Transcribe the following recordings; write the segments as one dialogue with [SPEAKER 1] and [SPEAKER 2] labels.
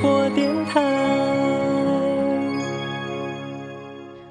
[SPEAKER 1] 播电台。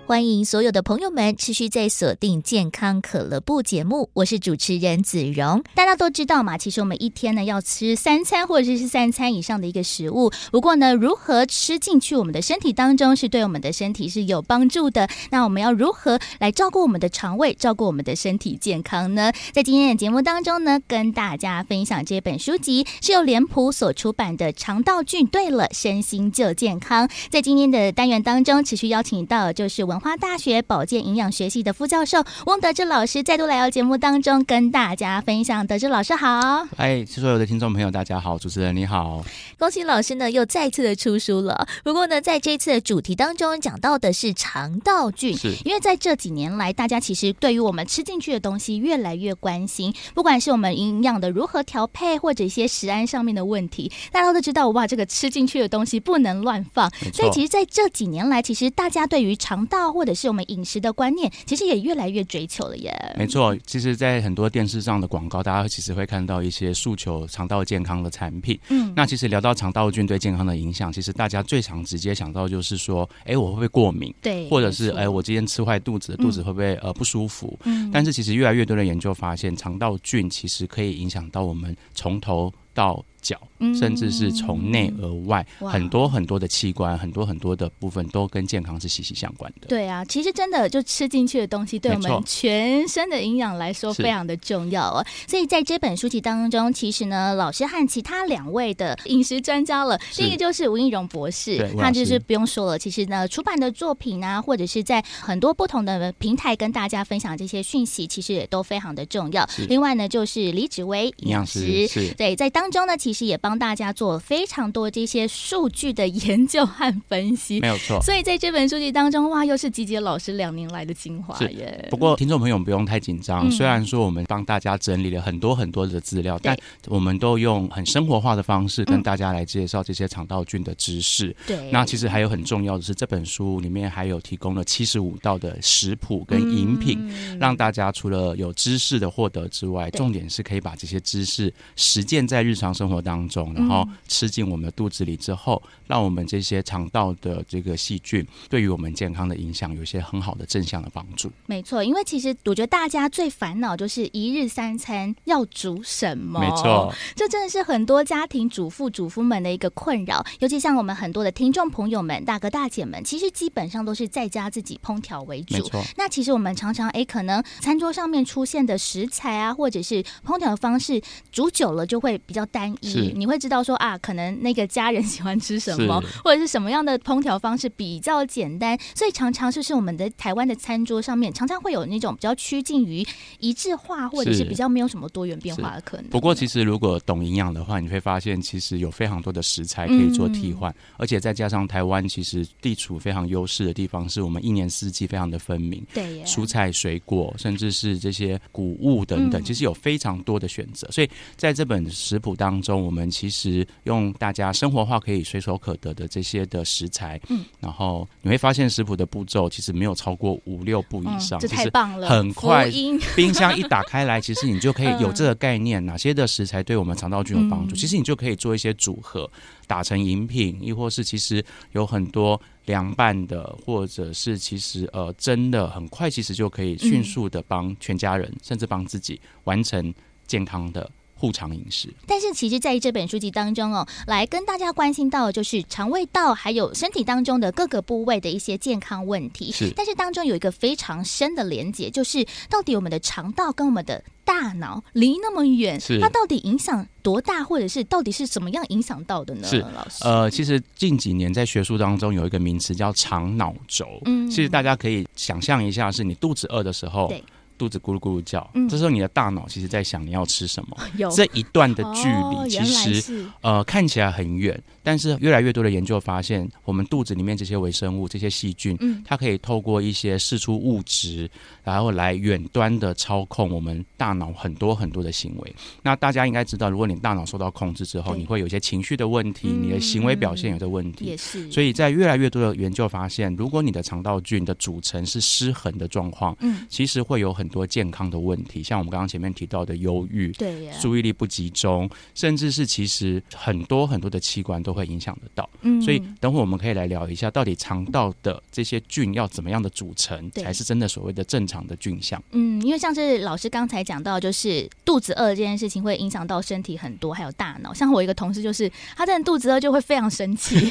[SPEAKER 2] 欢迎所有的朋友们持续在锁定健康可乐部节目，我是主持人子荣。
[SPEAKER 3] 大家都知道嘛，其实我们一天呢要吃三餐或者是三餐以上的一个食物。不过呢，如何吃进去我们的身体当中，是对我们的身体是有帮助的。那我们要如何来照顾我们的肠胃，照顾我们的身体健康呢？在今天的节目当中呢，跟大家分享这本书籍是由脸谱所出版的《肠道菌对了，身心就健康》。在今天的单元当中，持续邀请到就是文化大学保健营养学系的副教授翁德志老师，再度来到节目当中跟大家分享。德志老师好，
[SPEAKER 4] 哎，所有的听众朋友，大家好，主持人你好。
[SPEAKER 2] 恭喜老师呢又再次的出书了。不过呢，在这一次的主题当中讲到的是肠道菌，
[SPEAKER 4] 是
[SPEAKER 3] 因为在这几年来，大家其实对于我们吃进去的东西越来越关心，不管是我们营养的如何调配，或者一些食安上面的问题，大家都知道哇，这个吃进去的东西不能乱放。
[SPEAKER 4] 没
[SPEAKER 3] 所以
[SPEAKER 4] 错，
[SPEAKER 3] 其实嗯在这几年来，其实大家对于肠道或者是我们饮食的观念，其实也越来越追求了耶。
[SPEAKER 4] 没错。其实，在很多电视上的广告，大家其实会看到一些诉求肠道健康的产品。
[SPEAKER 3] 嗯，
[SPEAKER 4] 那其实聊到肠道菌对健康的影响，其实大家最常直接想到就是说，哎，我会不会过敏？
[SPEAKER 3] 对，
[SPEAKER 4] 或者是
[SPEAKER 3] 没错
[SPEAKER 4] 哎，我今天吃坏肚子，肚子会不会、呃不舒服？
[SPEAKER 3] 嗯
[SPEAKER 4] 但是其实越来越多的研究发现，肠道菌其实可以影响到我们从头到脚，
[SPEAKER 3] 嗯
[SPEAKER 4] 甚至是从内而外
[SPEAKER 3] 哇
[SPEAKER 4] 很多很多的器官，很多很多的部分都跟健康是息息相关的。
[SPEAKER 3] 对啊，其实真的就吃进去的东西，对我
[SPEAKER 4] 没
[SPEAKER 3] 们
[SPEAKER 4] 错
[SPEAKER 3] 全身的营养来说
[SPEAKER 4] 是
[SPEAKER 3] 非常的重要哦。所以在这本书籍当中，其实呢，老师和其他两位的饮食专家了，
[SPEAKER 4] 是
[SPEAKER 3] 第一个就是吴应荣博士
[SPEAKER 4] 对，吴
[SPEAKER 3] 他
[SPEAKER 4] 老
[SPEAKER 3] 就
[SPEAKER 4] 师
[SPEAKER 3] 是不用说了，其实呢，出版的作品啊，或者是在很多不同的平台跟大家分享这些讯息，其实也都非常的重要
[SPEAKER 4] 是。
[SPEAKER 3] 另外呢，就是李芷薇
[SPEAKER 4] 营养师是
[SPEAKER 3] 对，在当中呢，其实也帮大家做非常多这些数据的研究和分析。
[SPEAKER 4] 没有错。
[SPEAKER 3] 所以在这本书籍当中，哇，又是集结老师两年来的精华
[SPEAKER 4] 是
[SPEAKER 3] 耶。
[SPEAKER 4] 不过，听众朋友们不用太紧张。
[SPEAKER 3] 嗯
[SPEAKER 4] 虽然说我们帮大家整理了很多很多的资料，但我们都用很生活化的方式
[SPEAKER 3] 嗯
[SPEAKER 4] 跟大家来介绍这些肠道菌的知识。
[SPEAKER 3] 对，
[SPEAKER 4] 那其实还有很重要的是，这本书里面还有提供了七十五道的食谱跟饮品，让大家除了有知识的获得之外，
[SPEAKER 3] 嗯对
[SPEAKER 4] 重点是可以把这些知识实践在日常生活当中，然后
[SPEAKER 3] 嗯
[SPEAKER 4] 吃进我们的肚子里之后，让我们这些肠道的这个细菌对于我们健康的影响有一些很好的正向的帮助。
[SPEAKER 3] 没错，因为其实我觉得大家最烦恼就是一日三餐要煮什么，
[SPEAKER 4] 没错，，
[SPEAKER 3] 这真的是很多家庭主妇、主夫们的一个困扰。尤其像我们很多的听众朋友们、大哥大姐们，其实基本上都是在家自己烹调为
[SPEAKER 4] 没
[SPEAKER 3] 主。
[SPEAKER 4] 错。
[SPEAKER 3] 那其实我们常常诶，可能呃餐桌上面出现的食材啊，或者是烹调的方式，煮久了就会比较单一
[SPEAKER 4] 是，
[SPEAKER 3] 你会知道说啊，可能那个家人喜欢吃什么，
[SPEAKER 4] 是
[SPEAKER 3] 或者是什么样的烹调方式比较简单，所以常常就是我们的台湾的餐桌上面，常常会有那种比较趋近于一致化，或者是
[SPEAKER 4] 是
[SPEAKER 3] 比较没有什么多元变化的可能。
[SPEAKER 4] 不过，
[SPEAKER 3] 实
[SPEAKER 4] 其实如果懂营养的话，你会发现其实有非常多的食材可以做替换，
[SPEAKER 3] 嗯
[SPEAKER 4] 而且再加上台湾其实地处非常优势的地方，是我们一年四季非常的分明。
[SPEAKER 3] 对耶，
[SPEAKER 4] 蔬菜、水果，甚至是这些谷物等等，
[SPEAKER 3] 嗯
[SPEAKER 4] 其实有非常多的选择。所以在这本食谱当中，我们其实用大家生活化可以随手可得的这些的食材，
[SPEAKER 3] 嗯，
[SPEAKER 4] 然后你会发现食谱的步骤其实没有超过五六步以上，
[SPEAKER 3] 嗯，这
[SPEAKER 4] 其
[SPEAKER 3] 太
[SPEAKER 4] 实
[SPEAKER 3] 棒了，
[SPEAKER 4] 很快
[SPEAKER 3] 福音
[SPEAKER 4] 冰箱一打开来，其实你就可以有这个概念，哪些的食材对我们肠道菌有帮
[SPEAKER 3] 嗯
[SPEAKER 4] 助。其实你就可以做一些组合，打成饮品，亦或是其实有很多凉拌的，或者是其实呃真的很快，其实就可以迅速的帮全家人，甚至帮自己完成健康的护肠饮食。
[SPEAKER 3] 但是其实，在这本书籍当中哦，来跟大家关心到的就是肠胃道还有身体当中的各个部位的一些健康问题。
[SPEAKER 4] 是
[SPEAKER 3] 但是当中有一个非常深的连接，就是到底我们的肠道跟我们的大脑离那么远，
[SPEAKER 4] 是
[SPEAKER 3] 它到底影响多大，或者是到底是怎么样影响到的呢？
[SPEAKER 4] 是
[SPEAKER 3] 老师，
[SPEAKER 4] 呃，其实近几年在学术当中有一个名词叫肠脑轴，
[SPEAKER 3] 嗯
[SPEAKER 4] 其实大家可以想象一下，是你肚子饿的时候
[SPEAKER 3] 对，
[SPEAKER 4] 肚子咕噜咕噜叫，
[SPEAKER 3] 嗯
[SPEAKER 4] 这时候你的大脑其实在想你要吃什么。
[SPEAKER 3] 哦有
[SPEAKER 4] 这一段的距
[SPEAKER 3] 哦
[SPEAKER 4] 离其
[SPEAKER 3] 原来
[SPEAKER 4] 实、
[SPEAKER 3] 是
[SPEAKER 4] 呃看起来很远，但是越来越多的研究发现，我们肚子里面这些微生物、这些细菌，
[SPEAKER 3] 嗯
[SPEAKER 4] 它可以透过一些释出物质，然后来远端的操控我们大脑很多很多的行为。那大家应该知道，如果你大脑受到控制之后，
[SPEAKER 3] 对
[SPEAKER 4] 你会有一些情绪的问题，
[SPEAKER 3] 嗯
[SPEAKER 4] 你的行为表现有的问题
[SPEAKER 3] 也。是，
[SPEAKER 4] 所
[SPEAKER 3] 以
[SPEAKER 4] 以在越来越多的研究发现，如果你的肠道菌的组成是失衡的状况，
[SPEAKER 3] 嗯，
[SPEAKER 4] 其实会有很多健康的问题，像我们刚刚前面提到的忧郁、
[SPEAKER 3] 对耶，
[SPEAKER 4] 注意力不集中，甚至是其实很多很多的器官都会影响得到。
[SPEAKER 3] 嗯
[SPEAKER 4] 所以等会我们可以来聊一下，到底肠道的这些菌要怎么样的组成，
[SPEAKER 3] 对
[SPEAKER 4] 才是真的所谓的正常的菌 相。
[SPEAKER 3] 嗯，因为像是老师刚才讲到，就是肚子饿这件事情会影响到身体很多，还有大脑。像我一个同事，就是他真的肚子饿就会非常生 气，是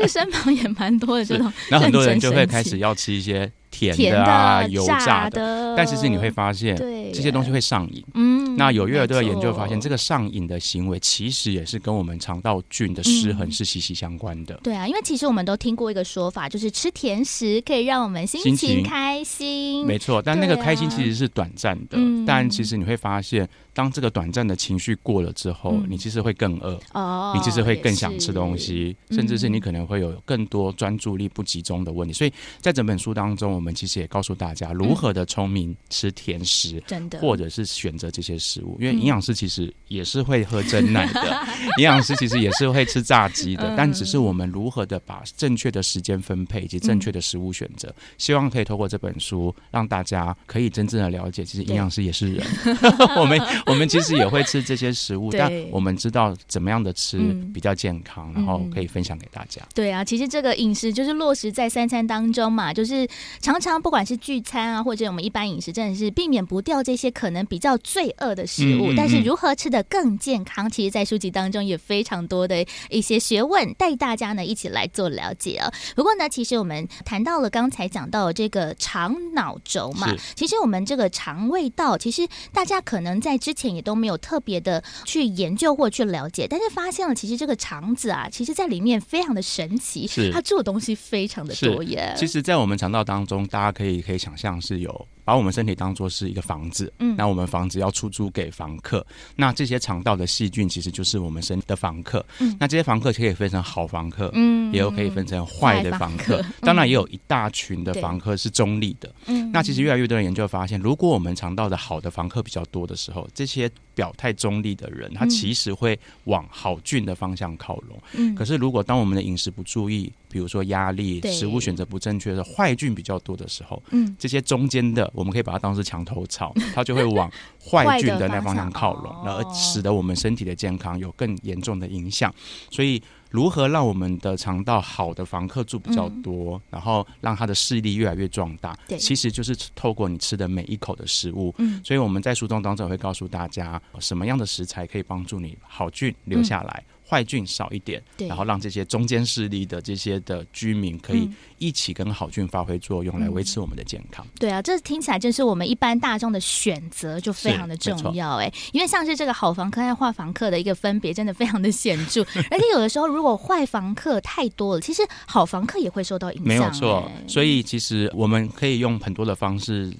[SPEAKER 3] 不是身旁也蛮多的这种
[SPEAKER 4] 然后很多人就会
[SPEAKER 3] 认真生气
[SPEAKER 4] 开始要吃一些甜
[SPEAKER 3] 甜
[SPEAKER 4] 的啊、油
[SPEAKER 3] 炸
[SPEAKER 4] 炸的，
[SPEAKER 3] 的？
[SPEAKER 4] 但其实你会发现
[SPEAKER 3] 对
[SPEAKER 4] 这些东西会上瘾。
[SPEAKER 3] 嗯，
[SPEAKER 4] 那有越来越多的研究发
[SPEAKER 3] 没
[SPEAKER 4] 现，
[SPEAKER 3] 错
[SPEAKER 4] 这个上瘾的行为其实也是跟我们肠道菌的失衡
[SPEAKER 3] 嗯
[SPEAKER 4] 是息息相关的。
[SPEAKER 3] 对啊，因为其实我们都听过一个说法，就是吃甜食可以让我们心
[SPEAKER 4] 心
[SPEAKER 3] 情
[SPEAKER 4] 情
[SPEAKER 3] 开心。
[SPEAKER 4] 没错，但那个开
[SPEAKER 3] 嗯
[SPEAKER 4] 心
[SPEAKER 3] 对啊
[SPEAKER 4] 其实是短暂的，
[SPEAKER 3] 嗯
[SPEAKER 4] 但其实你会发现，当这个短暂的情绪过了之后，
[SPEAKER 3] 嗯
[SPEAKER 4] 你其实会更饿，
[SPEAKER 3] 哦，
[SPEAKER 4] 你其实会
[SPEAKER 3] 也
[SPEAKER 4] 更想吃东
[SPEAKER 3] 是。
[SPEAKER 4] 西，
[SPEAKER 3] 嗯
[SPEAKER 4] 甚至是你可能会有更多专注力不集中的问题。所以在整本书当中，我们其实也告诉大家如何的聪明吃甜食。
[SPEAKER 3] 真的，
[SPEAKER 4] 或者是选择这些食物，因为
[SPEAKER 3] 嗯
[SPEAKER 4] 营养师其实也是会喝真奶的， 营养师其实也是会吃炸鸡的，
[SPEAKER 3] 嗯
[SPEAKER 4] 但只是我们如何的把正确的时间分配以及正确的食物选
[SPEAKER 3] 嗯
[SPEAKER 4] 择，希望可以透过这本书让大家可以真正的了解，其实营养师也是人， 我们我们其实也会吃这些食物，
[SPEAKER 3] 对
[SPEAKER 4] 但我们知道怎么样的吃
[SPEAKER 3] 嗯
[SPEAKER 4] 比较健康，然后可以分享给大家。
[SPEAKER 3] 对啊，其实这个饮食就是落实在三餐当中嘛，就是常常不管是聚餐啊，或者我们一般饮食，真的是避免不掉这些可能比较罪恶的食物。
[SPEAKER 4] 嗯嗯嗯
[SPEAKER 3] 但是如何吃得更健康，其实，在书籍当中也非常多的一些学问，带大家呢一起来做了解啊。不过呢，其实我们谈到了刚才讲到的这个肠脑轴嘛
[SPEAKER 4] 是，
[SPEAKER 3] 其实我们这个肠胃道，其实大家可能在之前也都没有特别的去研究或去了解，但是发现了其实这个肠子啊，其实在里面非常的神奇
[SPEAKER 4] 是，
[SPEAKER 3] 它住的东西非常的多耶。
[SPEAKER 4] 其实，在我们肠道当中，大家可以可以想象是有把我们身体当做是一个房子，
[SPEAKER 3] 嗯
[SPEAKER 4] 那我们房子要出租给房客，那这些肠道的细菌其实就是我们身体的房客，
[SPEAKER 3] 嗯
[SPEAKER 4] 那这些房客可以分成好房客，
[SPEAKER 3] 嗯
[SPEAKER 4] 也有可以分成坏的房
[SPEAKER 3] 坏
[SPEAKER 4] 客，
[SPEAKER 3] 房客嗯
[SPEAKER 4] 当然也有一大群的
[SPEAKER 3] 对
[SPEAKER 4] 房客是中立的。
[SPEAKER 3] 嗯
[SPEAKER 4] 那其实越来越多的研究发现，如果我们肠道的好的房客比较多的时候，这些表态中立的人，他
[SPEAKER 3] 嗯
[SPEAKER 4] 其实会往好菌的方向靠拢。
[SPEAKER 3] 嗯
[SPEAKER 4] 可是如果当我们的饮食不注意，比如说压力、
[SPEAKER 3] 对
[SPEAKER 4] 食物选择不正确的时候坏菌比较多的时候，
[SPEAKER 3] 嗯
[SPEAKER 4] 这些中间的，我们可以把它当是墙头 草，它就会往坏菌的那方向靠拢
[SPEAKER 3] 坏的方向，
[SPEAKER 4] 然
[SPEAKER 3] 哦
[SPEAKER 4] 后使得我们身体的健康有更严重的影响。所以，如何让我们的肠道好的房客住比较多，然后让它的视力越来越壮大
[SPEAKER 3] 嗯对，
[SPEAKER 4] 其实就是透过你吃的每一口的食物。
[SPEAKER 3] 嗯
[SPEAKER 4] 所以我们在书中当中也会告诉大家，什么样的食材可以帮助你好菌留下来。坏菌少一点，
[SPEAKER 3] 嗯对
[SPEAKER 4] 然后让这些中间势力的这些的居民可以
[SPEAKER 3] 嗯
[SPEAKER 4] 一起跟好菌发挥作用，来维持我们的健康。
[SPEAKER 3] 对啊，这听起来就是我们一般大众的选择就非常的重要哎，因为像是这个好房客和坏房客的一个分别，真的非常的显著。而且有的时候如果坏房客太多了，其实好房客也会受到影响。
[SPEAKER 4] 没有错
[SPEAKER 3] 哎，
[SPEAKER 4] 所以其实我们可以用很多的方式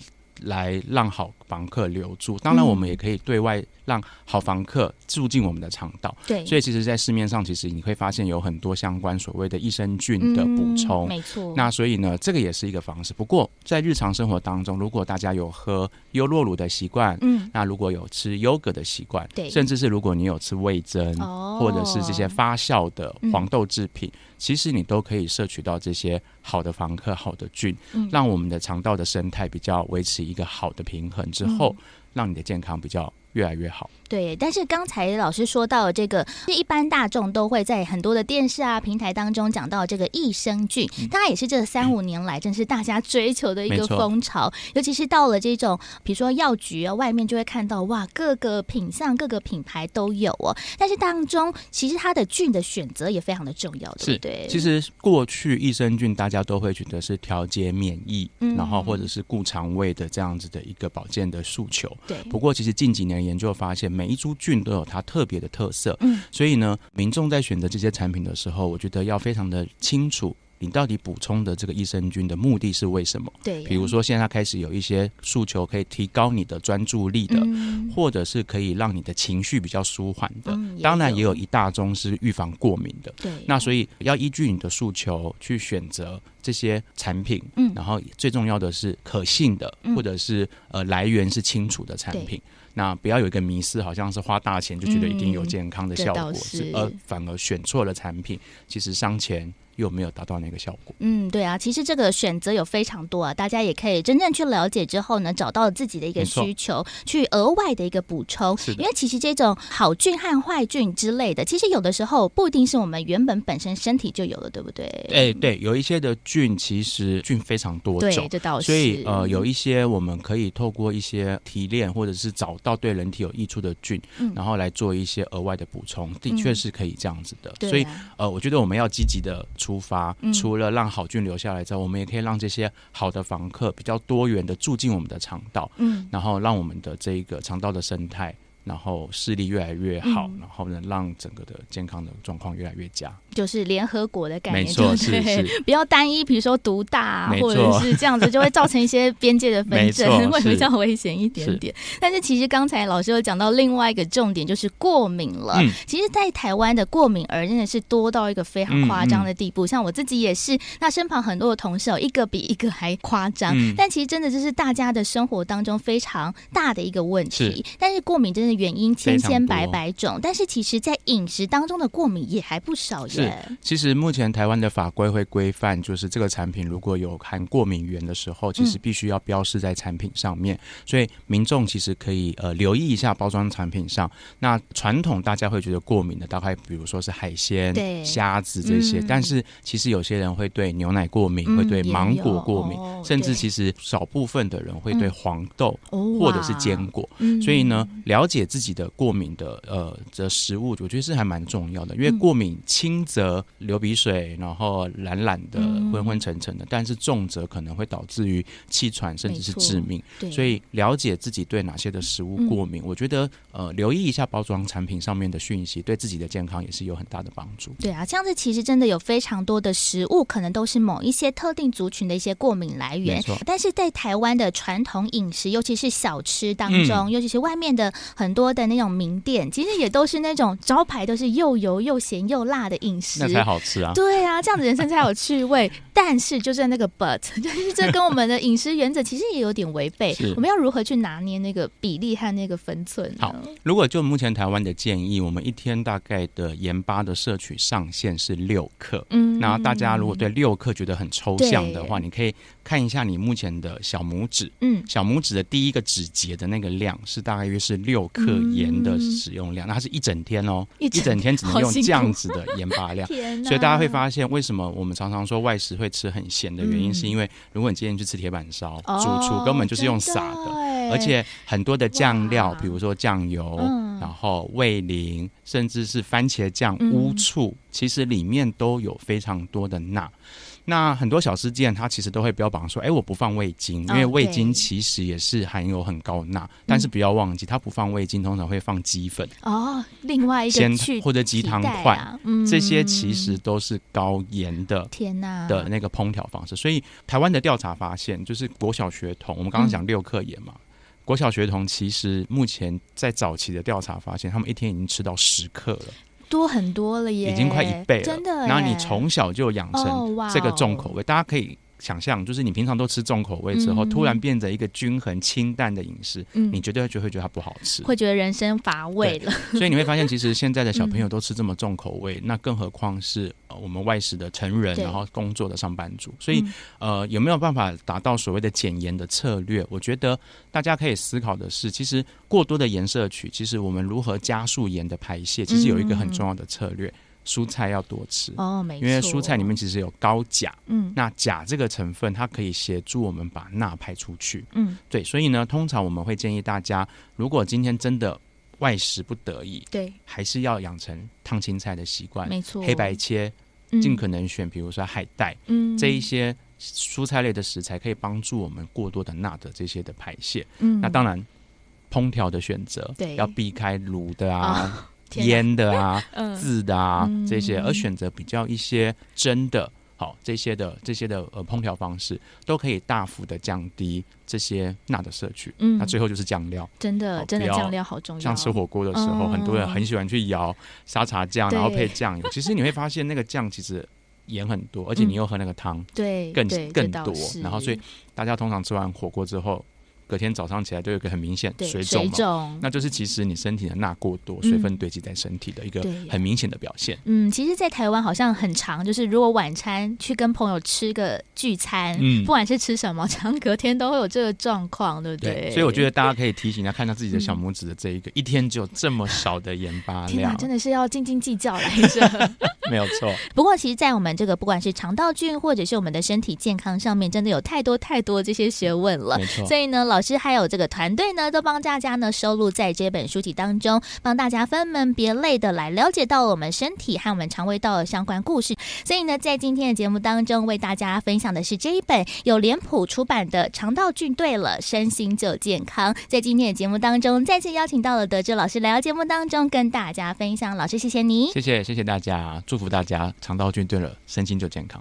[SPEAKER 4] 来让好房客留住。当然，
[SPEAKER 3] 嗯
[SPEAKER 4] 我们也可以对外让好房客住进我们的肠道。
[SPEAKER 3] 对，
[SPEAKER 4] 所以，其实，在市面上，其实你会发现有很多相关所谓的益生菌的补
[SPEAKER 3] 嗯。
[SPEAKER 4] 充
[SPEAKER 3] 没错。
[SPEAKER 4] 那所以呢，这个也是一个方式。不过，在日常生活当中，如果大家有喝优酪乳的习惯，
[SPEAKER 3] 嗯，
[SPEAKER 4] 那如果有吃优格的习惯，
[SPEAKER 3] 对
[SPEAKER 4] 甚至是如果你有吃味增，
[SPEAKER 3] 哦嗯
[SPEAKER 4] 嗯或者是这些发酵的黄豆制品，其实你都可以摄取到这些好的房客、好的菌，
[SPEAKER 3] 嗯
[SPEAKER 4] 让我们的肠道的生态比较维持一个好的平衡之后，
[SPEAKER 3] 嗯
[SPEAKER 4] 让你的健康比较越来越好。
[SPEAKER 3] 对，但是刚才老师说到这个，是一般大众都会在很多的电视啊平台当中讲到这个益生菌，当然也是这三五年来正是大家追求的一个
[SPEAKER 4] 嗯没错
[SPEAKER 3] 风潮，尤其是到了这种比如说药局啊外面就会看到哇，各个品相、各个品牌都有哦，但是当中其实它的菌的选择也非常的重要，对不对？
[SPEAKER 4] 其实过去益生菌大家都会觉得是调节免疫，
[SPEAKER 3] 嗯
[SPEAKER 4] 然后或者是顾肠胃的这样子的一个保健的诉求。
[SPEAKER 3] 对，
[SPEAKER 4] 不过，其实近几年研究发现，每一株菌都有它特别的特色。
[SPEAKER 3] 嗯，
[SPEAKER 4] 所以呢，民众在选择这些产品的时候，我觉得要非常的清楚。你到底补充的这个益生菌的目的是为什么？
[SPEAKER 3] 对啊呀，
[SPEAKER 4] 比如说，现在它开始有一些诉求可以提高你的专注力的，
[SPEAKER 3] 嗯
[SPEAKER 4] 或者是可以让你的情绪比较舒缓的。
[SPEAKER 3] 嗯也
[SPEAKER 4] 当然，也
[SPEAKER 3] 有
[SPEAKER 4] 有一大宗是预防过敏的。
[SPEAKER 3] 对，
[SPEAKER 4] 那所以要依据你的诉求去选择这些产品，
[SPEAKER 3] 嗯
[SPEAKER 4] 然后最重要的是可信的，
[SPEAKER 3] 嗯
[SPEAKER 4] 或者是呃来源是清楚的产品。那不要有一个迷思，好像是花大钱就觉得一定有健康的效
[SPEAKER 3] 嗯这倒
[SPEAKER 4] 果，
[SPEAKER 3] 是
[SPEAKER 4] 而反而选错了产品，其实伤钱又没有达到那个效果。
[SPEAKER 3] 嗯，对啊，其实这个选择有非常多啊，大家也可以真正去了解之后呢，找到自己的一个
[SPEAKER 4] 没错
[SPEAKER 3] 需求，去额外的一个补充。
[SPEAKER 4] 是的
[SPEAKER 3] 因为其实这种好菌和坏菌之类的，其实有的时候不一定是我们原本本身身体就有的，对不对？
[SPEAKER 4] 哎、对，有一些的菌其实菌非常多
[SPEAKER 3] 对，，
[SPEAKER 4] 种
[SPEAKER 3] 这倒是。嗯
[SPEAKER 4] 所以呃，有一些我们可以透过一些提炼，或者是找到对人体有益处的菌，
[SPEAKER 3] 嗯
[SPEAKER 4] 然后来做一些额外的补充，的确
[SPEAKER 3] 嗯
[SPEAKER 4] 是可以这样子的。
[SPEAKER 3] 对啊
[SPEAKER 4] 所以呃，我觉得我们要积极的出发，
[SPEAKER 3] 嗯
[SPEAKER 4] 除了让好菌留下来之后，我们也可以让这些好的房客比较多元的住进我们的肠道，
[SPEAKER 3] 嗯，
[SPEAKER 4] 然后让我们的这一个肠道的生态。然后视力越来越好，
[SPEAKER 3] 嗯
[SPEAKER 4] 然后呢，让整个的健康的状况越来越佳。
[SPEAKER 3] 就是联合国的概念，
[SPEAKER 4] 没错，
[SPEAKER 3] 对不
[SPEAKER 4] 是
[SPEAKER 3] 对
[SPEAKER 4] 是，
[SPEAKER 3] 不要单一，比如说独大、啊，
[SPEAKER 4] 没错
[SPEAKER 3] 或者是这样子，就会造成一些边界的纷
[SPEAKER 4] 没
[SPEAKER 3] 争，
[SPEAKER 4] 错
[SPEAKER 3] 会
[SPEAKER 4] 是
[SPEAKER 3] 比较危险一点点。但是其实刚才老师有讲到另外一个重点，就是过敏了。
[SPEAKER 4] 嗯
[SPEAKER 3] 其实，在台湾的过敏儿真的是多到一个非
[SPEAKER 4] 嗯
[SPEAKER 3] 常夸张的地步，像我自己也是，那身旁很多的同事哦，一个比一个还夸张。
[SPEAKER 4] 嗯
[SPEAKER 3] 但其实真的就是大家的生活当中非常大的一个问题
[SPEAKER 4] 是。
[SPEAKER 3] 但是过敏真的原因千
[SPEAKER 4] 非常
[SPEAKER 3] 千百
[SPEAKER 4] 多
[SPEAKER 3] 百种，但是其实在饮食当中的过敏也还不少耶。
[SPEAKER 4] 其实目前台湾的法规会规范，就是这个产品如果有含过敏源的时候，其
[SPEAKER 3] 嗯
[SPEAKER 4] 实必须要标示在产品上面。所以民众其实可以呃留意一下包装产品上。那传统大家会觉得过敏的，大概比如说是海鲜
[SPEAKER 3] 对、
[SPEAKER 4] 虾子这些，
[SPEAKER 3] 嗯
[SPEAKER 4] 但是其实有些人会对牛奶过敏，
[SPEAKER 3] 嗯
[SPEAKER 4] 会对
[SPEAKER 3] 也
[SPEAKER 4] 芒
[SPEAKER 3] 有
[SPEAKER 4] 果过敏，
[SPEAKER 3] 哦
[SPEAKER 4] 甚
[SPEAKER 3] 对
[SPEAKER 4] 至其实少部分的人会对
[SPEAKER 3] 嗯
[SPEAKER 4] 黄豆。
[SPEAKER 3] 哦
[SPEAKER 4] 或者是
[SPEAKER 3] 哇
[SPEAKER 4] 坚果，
[SPEAKER 3] 嗯
[SPEAKER 4] 所以呢，了解自己的过敏的呃的食物，我觉得是还蛮重要的，因为
[SPEAKER 3] 嗯
[SPEAKER 4] 过敏轻则流鼻水，然后懒懒的、
[SPEAKER 3] 嗯
[SPEAKER 4] 昏昏沉沉的，但是重则可能会导致于气喘，甚至是致命。
[SPEAKER 3] 对，嗯
[SPEAKER 4] 所以了解自己对哪些的食物过敏，我觉得呃留意一下包装产品上面的讯息，对自己的健康也是有很大的帮助。
[SPEAKER 3] 对啊，这样子其实真的有非常多的食物，可能都是某一些特定族群的一些过敏来源
[SPEAKER 4] 没错。
[SPEAKER 3] 但是在台湾的传统饮食，尤其是小吃当
[SPEAKER 4] 嗯
[SPEAKER 3] 中，尤其是外面的很多的那种名店，其实也都是那种招牌都是又油又咸又辣的饮食
[SPEAKER 4] 那。才好吃啊！
[SPEAKER 3] 对啊，这样子人生才有趣味。但是就是那个 but，就是 这跟我们的饮食原则其实也有点违背
[SPEAKER 4] 是。
[SPEAKER 3] 我们要如何去拿捏那个比例和那个分寸呢？
[SPEAKER 4] 好如果就目前台湾的建议，我们一天大概的盐巴的摄取上限是六克。
[SPEAKER 3] 嗯
[SPEAKER 4] 那大家如果对六克觉得很抽象的话，你可以看一下你目前的小拇指，
[SPEAKER 3] 嗯
[SPEAKER 4] 小拇指的第一个指节的那个量是大概约是六克盐的使用量，那它是一整天哦，
[SPEAKER 3] 嗯一
[SPEAKER 4] 一
[SPEAKER 3] 整
[SPEAKER 4] 整天只能
[SPEAKER 3] 好
[SPEAKER 4] 用
[SPEAKER 3] 辛苦。
[SPEAKER 4] 这样子的盐巴量
[SPEAKER 3] 天哪，
[SPEAKER 4] 所以大家会发现，为什么我们常常说外食会吃很咸的原因，
[SPEAKER 3] 嗯
[SPEAKER 4] 是因为如果你今天去吃铁板烧，
[SPEAKER 3] 哦
[SPEAKER 4] 主厨根本就是用撒
[SPEAKER 3] 真
[SPEAKER 4] 的，
[SPEAKER 3] 欸
[SPEAKER 4] 而且很多的酱料
[SPEAKER 3] 哇，
[SPEAKER 4] 比如说酱油，
[SPEAKER 3] 嗯
[SPEAKER 4] 然后味淋，甚至是番茄酱、
[SPEAKER 3] 嗯
[SPEAKER 4] 乌醋，其实里面都有非常多的钠。那很多小吃店，它其实都会标榜说：“哎，我不放味精，因
[SPEAKER 3] 哦
[SPEAKER 4] 为味精
[SPEAKER 3] 对
[SPEAKER 4] 其实也是含有很高钠。但是不要忘记，它不放味精，通常会放鸡粉、
[SPEAKER 3] 哦，另外一个
[SPEAKER 4] 鲜
[SPEAKER 3] 去
[SPEAKER 4] 或者鸡汤
[SPEAKER 3] 替代
[SPEAKER 4] 块，
[SPEAKER 3] 啊嗯
[SPEAKER 4] 这些其实都是高盐的
[SPEAKER 3] 天哪
[SPEAKER 4] 的那个烹调方式。所以台湾的调查发现，就是国小学童，我们刚刚讲六克盐嘛，
[SPEAKER 3] 嗯
[SPEAKER 4] 国小学童其实目前在早期的调查发现，他们一天已经吃到十克了，
[SPEAKER 3] 多很多了耶，
[SPEAKER 4] 已经快一倍了。
[SPEAKER 3] 真的耶。
[SPEAKER 4] 然后你从小就养
[SPEAKER 3] 哦
[SPEAKER 4] 成
[SPEAKER 3] 哇哦
[SPEAKER 4] 这个重口味，大家可以。想象就是你平常都吃重口味之后，
[SPEAKER 3] 嗯
[SPEAKER 4] 突然变成一个均衡清淡的饮食，
[SPEAKER 3] 嗯
[SPEAKER 4] 你绝对就会觉得它不好吃。
[SPEAKER 3] 会觉得人生乏味了，
[SPEAKER 4] 所以你会发现，其实现在的小朋
[SPEAKER 3] 嗯
[SPEAKER 4] 友都吃这么重口味，那更何况是、呃、我们外食的成人，
[SPEAKER 3] 对
[SPEAKER 4] 然后工作的上班族。所以
[SPEAKER 3] 嗯，
[SPEAKER 4] 呃，有没有办法达到所谓的减盐的策略？我觉得大家可以思考的是，其实过多的盐摄取，其实我们如何加速盐的排泄，其实有一个很重要的策略，蔬菜要多吃。
[SPEAKER 3] 嗯哦，没
[SPEAKER 4] 因
[SPEAKER 3] 错，
[SPEAKER 4] 为蔬菜里面，其实有高钾，
[SPEAKER 3] 嗯
[SPEAKER 4] 那钾这个成分它可以协助我们把钠排出去。
[SPEAKER 3] 嗯，
[SPEAKER 4] 对，所以呢，通常我们会建议大家，如果今天真的外食不得已，
[SPEAKER 3] 对，
[SPEAKER 4] 还是要养成烫青菜的习惯，
[SPEAKER 3] 没错，
[SPEAKER 4] 哎黑白切，尽可能选比如说海带、
[SPEAKER 3] 嗯
[SPEAKER 4] 这一，些蔬菜类的食材，可以帮助我们过多的钠的这些的排泄。
[SPEAKER 3] 嗯
[SPEAKER 4] 那当然，烹调的选择，
[SPEAKER 3] 对
[SPEAKER 4] 要避开卤的啊、
[SPEAKER 3] 天哪
[SPEAKER 4] 腌的啊、
[SPEAKER 3] 嗯
[SPEAKER 4] 渍的啊
[SPEAKER 3] 嗯
[SPEAKER 4] 这些，而选择比较一些蒸的。好、这些的这些的呃烹调方式，都可以大幅的降低这些钠的摄取。
[SPEAKER 3] 嗯
[SPEAKER 4] 那最后就是酱料，
[SPEAKER 3] 真
[SPEAKER 4] 好
[SPEAKER 3] 的真的
[SPEAKER 4] 哦不要
[SPEAKER 3] 酱料好重要，
[SPEAKER 4] 像吃火锅的时候，
[SPEAKER 3] 嗯
[SPEAKER 4] 很多人很喜欢去舀沙茶酱，
[SPEAKER 3] 对
[SPEAKER 4] 然后配酱油。其实你会发现那个酱其实盐很多，而且你又喝那个汤
[SPEAKER 3] 对
[SPEAKER 4] 更
[SPEAKER 3] 嗯对
[SPEAKER 4] 更
[SPEAKER 3] 这倒
[SPEAKER 4] 多
[SPEAKER 3] 是，
[SPEAKER 4] 然后所以大家通常吃完火锅之后，隔天早上起来都有一个很明显
[SPEAKER 3] 对
[SPEAKER 4] 水肿
[SPEAKER 3] 水
[SPEAKER 4] 嘛。
[SPEAKER 3] 肿。
[SPEAKER 4] 那就是其实你身体的钠过多，
[SPEAKER 3] 嗯
[SPEAKER 4] 水分堆积在身体的一个
[SPEAKER 3] 对呀
[SPEAKER 4] 很明显的表现。
[SPEAKER 3] 嗯，其实，在台湾好像很常，就是如果晚餐去跟朋友吃个聚餐，
[SPEAKER 4] 嗯
[SPEAKER 3] 不管是吃什么，常隔天都会有这个状况，对不对？嗯
[SPEAKER 4] 所以我觉得大家可以 提醒一下，看到自己的小拇指的这一个，一天只有这么少的盐巴
[SPEAKER 3] 天
[SPEAKER 4] 量
[SPEAKER 3] 哪，，真的是要斤斤计较来着。
[SPEAKER 4] 没有 错。
[SPEAKER 3] 不过，其实，在我们这个不管是肠道菌或者是我们的身体健康上面，真的有太多太多这些学问了
[SPEAKER 4] 没。错
[SPEAKER 3] 所以呢，老师还有这个团队呢，都帮大家呢收录在这本书籍当中，帮大家分门别类的来了解到我们身体和我们肠胃道的相关故事。所以呢，在今天的节目当中，为大家分享的是这一本由脸谱出版的《肠道菌对了，身心就健康》。在今天的节目当中，再次邀请到了德志老师来到节目当中跟大家分享。老师，谢谢你。
[SPEAKER 4] 谢谢谢谢大家，祝福大家肠道菌对了，身心就健康。